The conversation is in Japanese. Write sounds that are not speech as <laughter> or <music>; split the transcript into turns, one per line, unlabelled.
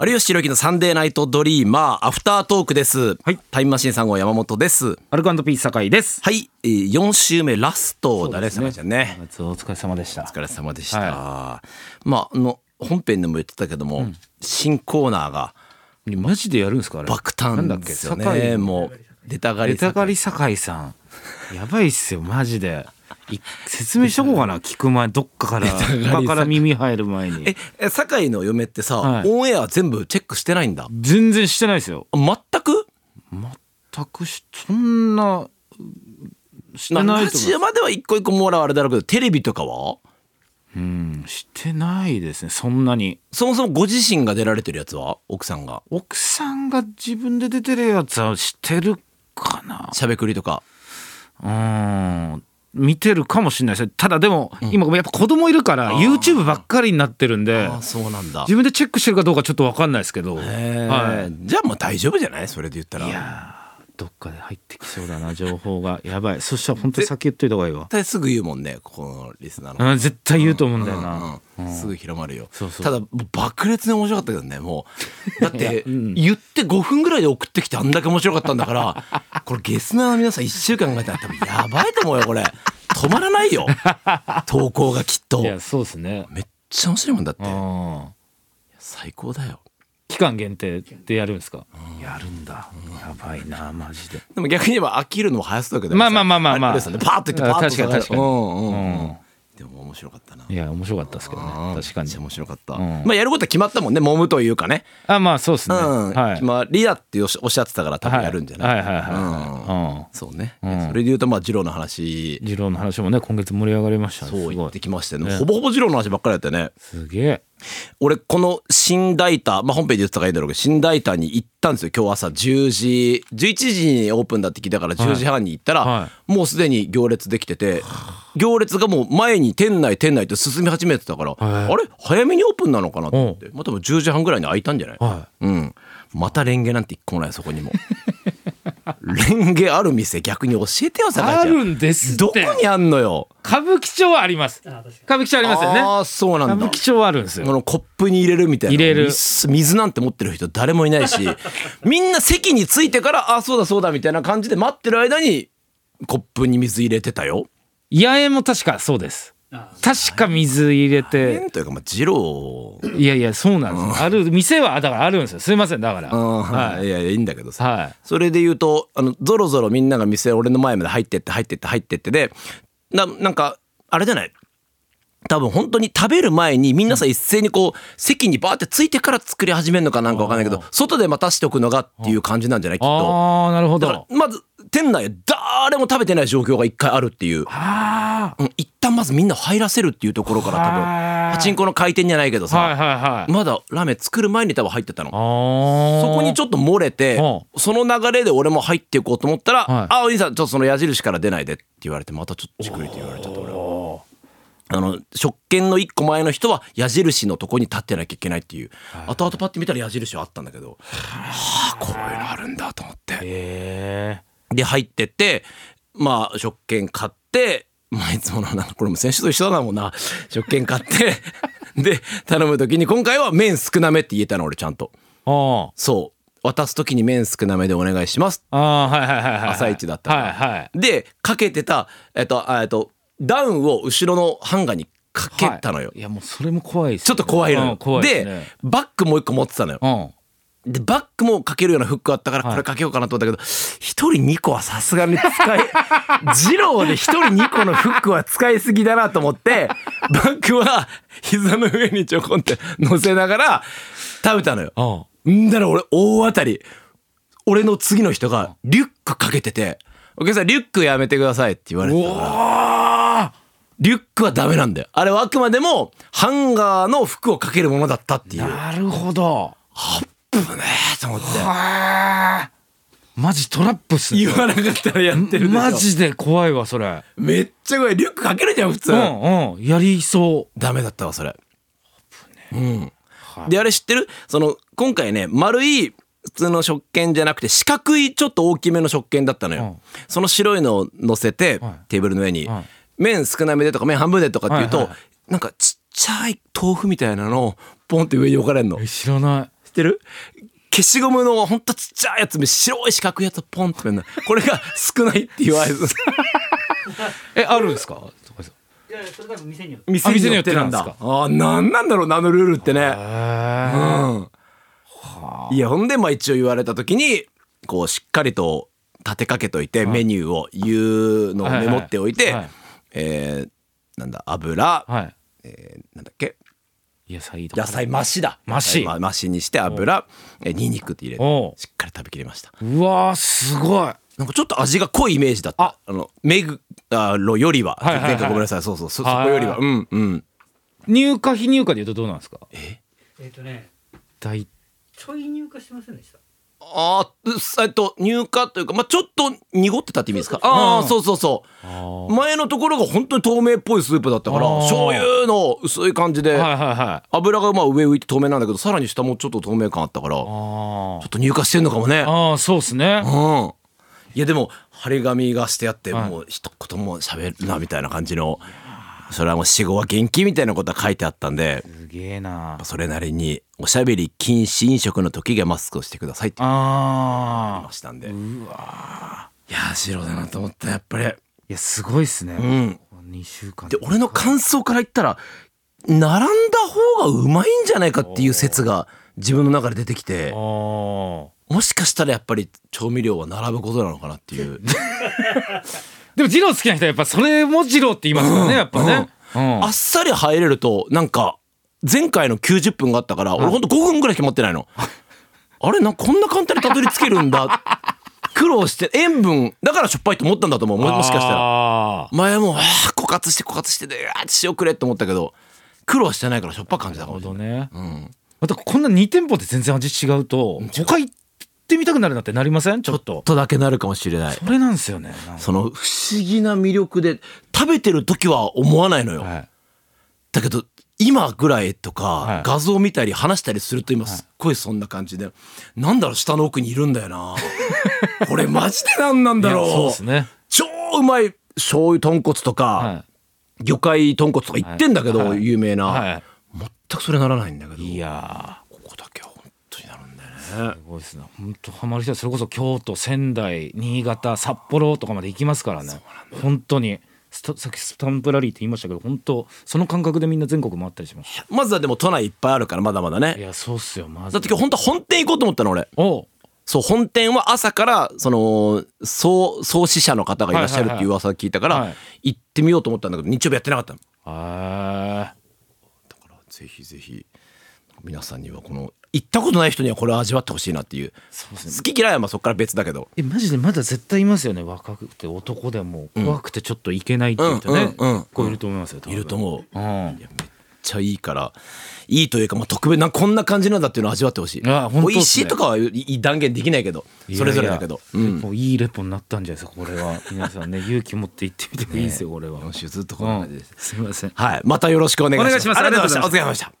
有吉弘樹のサンデーナイトドリーマーアフタートークです、
はい
タイムマシーン3号山本です
アルコピース酒井です。
はい、えー、4週目ラストだねさまちゃんね
お疲れ様でした
お。疲れ様でした、まああの本編でも言ってたけども、新コーナーが
マジでやるんですかあれ。
爆誕ですよ
なんだっけ
ね
酒井
もう出たがり
出たがり酒井さん。 <laughs> やばいっすよマジで。い説明しとこうか <laughs> な聞く前どっかから今から耳入る前に
え。え酒井の嫁ってさ、
はい
オンエア全部チェックしてないんだ
全然してないですよ。
全く
全くしそんなして
な
な
ラ
いと
ジ
思
オ
う。
までは一個一個もらうあれだろうけどテレビとかは
うんしてないですねそんなに。
そもそもご自身が出られてるやつは奥さんが
奥さんが自分で出てるやつはしてるかな。
しゃべくりとか
うーん見てるかもしれないですねただでも、今やっぱ子供いるから YouTube ばっかりになってるんで
あそうなんだ
自分でチェックしてるかどうかちょっと分かんないですけど、
えじゃあもう大丈夫じゃないそれで言ったら
い、いやーどっかで入ってきそうだな情報が <laughs> やばいそしたら本当に先言っといた方がいいわ
絶対すぐ言うもんねここのリスナーの、
うん絶対言うと思うんだよな、
うんすぐ広まるよ
そうそう
ただもう爆裂に面白かったけどねも
<laughs>
うだって言って5分ぐらいで送ってきてあんだけ面白かったんだから
<laughs>
これゲスナーの皆さん1週間考えたら多分やばいと思うよこれ止まらない
<laughs>
よ投稿がきっと
いやそうですね
めっちゃ面白いもんだって
うん
最高だよ
期間限定でやるんですか、やるんだやばいなマジで
でも逆に言えば飽きるのも早すだけど
まあまあまあまあまあ
ですよねパーッと言ってパーッと下がる
確かに確かに
うんうんう
うん
でも面白かったない
や面白かったですけどね
あー
確かに
めっちゃ面白かった、
うん
まあやることは決まったもんね揉むというかね、
あまあそうです
う
ね、
ん
はい
決まりだっておっしおっしゃってたから多分やるんじゃない、
はいはいはいはいはいうん
そうね、
うん
それで言うとまあ二郎の話
二郎の話もね今月盛り上がりましたね
そう
す
言
ご
って
い
きましたよねほぼほぼ二郎の話ばっかりだったよね
すげえ
俺この新ダイター、まあ、本編で言ってたからいいんだろうけど新ダイターに行ったんですよ今日朝10時11時にオープンだって聞いたから10時半に行ったら、
は
もうすでに行列できてて行列がもう前に店内店内って進み始めてたから、
はい
あれ早めにオープンなのかなと思ってまあ多分10時半ぐらいに開いたんじゃない、
は
うんまたレンゲなんて一個もないそこにもレンゲある店逆に教えてよ酒井ちゃん
あるんですって
どこにあんのよ
歌舞伎町はあります歌舞伎町ありますよね
ああそうな
歌
んだ
舞伎町はあるんです
こ
よ
のコップに入れるみたいな
入れる
水水なんて持ってる人誰もいない
<laughs>
しみんな席に着いてからあそうだそうだみたいな感じで待ってる間にコップに水入れてたよ。
八重も確かそうです確か水入れて
変というかまあ二郎
いやいやそうなんですある店はだからあるんですよすいませんだから
は、
はい
いやいやいいんだけどさ、
はい
それで言うとあのぞろぞろみんなが店俺の前まで入ってって入ってって入ってってでななんかあれじゃない多分本当に食べる前にみんなさ一斉にこう席にバーってついてから作り始めるのかなんかわかんないけど外で待たしておくのがっていう感じなんじゃないきっと。
ああなるほ
だ
ど
か
あ
らまず店内誰も食べてない状況が一回あるっていう、
あ
うん、一旦まずみんな入らせるっていうところから多分
はい
パチンコの回転じゃないけどさ、
はいはいはい
まだラーメン作る前に多分入ってたの。
あ
そこにち
ょっ
ょっと漏れて
う
その流れで俺も入っていこうと思ったら「
はい
あお兄さんちょっとその矢印から出ないで」って言われてまたちょっとチクリって言われちゃった俺は。あの食券の1個前の人は矢印のとこに立ってなきゃいけないっていう後々パッて見たら矢印はあったんだけどはあこういうのあるんだと思って
え
で入ってってまあ食券買ってまあいつものなこれも先週と一緒だなもんな食券買ってで頼む時に今回は麺少なめって言えたの俺ちゃんと。
あー
そう渡す時に麺少なめでお願いします
あーはいはいはいはい
朝一だったから
はいはい
でかけてたえっとあえっとダウンを後ろのハンガーにかけたのよ、
いやもうそれも怖いです
ちょっと怖いのよ、
うん怖い
です
ね
バッグもう一個持ってたのよ
うん
でバッグもかけるようなフックあったから
はい
これかけようかなと思ったけど一、人二個はさすがに使い <laughs> 二郎で一人二個のフックは使いすぎだなと思
<laughs>
ってバッグは膝の上にちょこんって乗せながら食べたのよ
うん
んだら俺大当たり俺の次の人がリュックかけてて「お客さんリュックやめてください」って言われてたからリュックはダメなんだよあれはあくまでもハンガーの服をかけるものだったっていう
なるほど。
ぶねえと思って
ああ。マジトラップっすね
<laughs> 言わなかったらやってるでしょ
マジで怖いわ、それ。
めっちゃ怖いリュックかけるじゃん普通、
うんうん。やりそ
ダメだったわそれうん
い
であれ知ってるその今回ね丸い普通の食券じゃなくて四角いちょっと大きめの食券だったのよ、
うん
その白いのを乗せて、
はい
テーブルの上に、
はい
麺少なめでとか麺半分でとかって言うと、
はいはいは
なんかちっちゃい豆腐みたいなのをポンって上に置かれるの
う。え、知らな
知
い。
ってる消しゴムのほんとちっちゃいやつ白い四角いやつポンってなこれが少ないっていう合
<laughs>
図
えあるんですか
いやいやそれ多分店によって
店によってなんだああなんなんだろうなあのルールってねうんいやほんでまあ一応言われた時にこうしっかりと立てかけといてメニューを言うのをメモっておい
はい
て
はいはい
えーなんだ油
はい
えーなんだっけ
野菜とか
野菜増しだ
増し
まあ増しにして油えーにんにくって入れ
お
て
う
しっかり食べきりました
うわーすごい
なんかちょっと味が濃いイメージだった。あの、メグ、あのよりは、
はいはいはい
前回ごめんなさい、そうそう、そ、そ
はい
こよりは、うん、うん。
入荷非入荷でいうとどうなんですか
えっ、とね
大
ちょい入荷してませんでした
あーうっさえっと、入荷というか、まあ、ちょっと濁ってたって意味ですか。ああ、そうそうそう。前のところが本当に透明っぽいスープだったから、
あー
醤油の薄い感じで、
はいはいはいあ
油がまあ上浮いて透明なんだけど、さらに下もちょっと透明感あったから、ちょ
ー
っと入荷してんのかもね。
あーそうですね
うん。いやでも張り紙がしてあって、
はい
もう一言も喋るなみたいな感じのそれはもう死後は元気みたいなことは書いてあったんです
げえな
それなりにおしゃべり禁止飲食の時がマスクをしてくださいって言い
あ
ま
ー
したんでうわいやー白だなと思ったやっぱり
いやすごいっすね
うん
2週間
で俺の感想から言ったら並んだ方がうまいんじゃないかっていう説が自分の中で出てきて
あー
もしかしたらやっぱり調味料は並ぶことなのかなっていう
でも二郎好きな人はやっぱそれも二郎って言いますからねやっぱねうん
あっさり入れるとなんか前回の90分があったから俺ほんと5分ぐらいしか持ってないの。あれなこんな簡単にたどり着けるんだ苦労して塩分だからしょっぱいと思ったんだと思うももしかしたら
ら
前はもうあー枯渇して枯渇してでうわー塩くれって思ったけど苦労してないからしょっぱく感じ
な
た
る
か
ほ
もしれ
ど
ない、
ね
うん、
またこんな2店舗で全然味違うと他行ってみたくなるなってなりませんちょっと
とだけなるかもしれない
それなんですよねなんか
その不思議な魅力で食べてる時は思わないのよ、
はい
だけど今ぐらいとか、
はい
画像見たり話したりすると今すっごいそんな感じで、なんだろう下の奥にいるんだよな <laughs> これマジで何なんだろ
いや
う
そうですね
超うまい醤油豚骨とか、
は
魚介豚骨とか言ってんだけど、
はい
有名な、
は
全くそれならないんだけど
いいや
ここだけは本当になるんだよ
ー
ね
すごいですね本当ハマる人はそれこそ京都仙台新潟札幌とかまで行きますからね本当にスタさっきスタンプラリーって言いましたけど本当その感覚でみんな全国回ったりします
まずはでも都内いっぱいあるからまだまだ
い
ね
やそうっすよまず
だって今日本当は本店行こうと思ったの俺
お
そう本店は朝からその創創始者の方がいらっしゃるっていう噂を聞いたか
はいはい
ら
はい
行ってみようと思ったんだけど日曜日やってなかったの
あ
だからぜひぜひ皆さんにはこの行ったことない人にはこれを味わってほしいなっていう
そうですね
好き嫌いはまあそこから別だけど
えマジでまだ絶対いますよね若くて男でも怖くてちょっといけないって言ったね、
うんうんうん
こういると思いますよ多
い
分
ると思うめっ
うん
ちゃいいからいいというかまあ特別なこんな感じなんだっていうのを味わってほしい
あ本当っすね
美味しいとかはいい断言できないけどそれぞれだけど
いやいや
うん
もういいレポになったんじゃないですかこれは皆さんね勇気持って行ってみてもいいですよこれは、
今週ずっとこんな
う
感じで
ん
す
すみません
はいまたよろしくお願いします
お願いします
ありがとうございましたお疲れ
ありがとうござい
様
ま
でした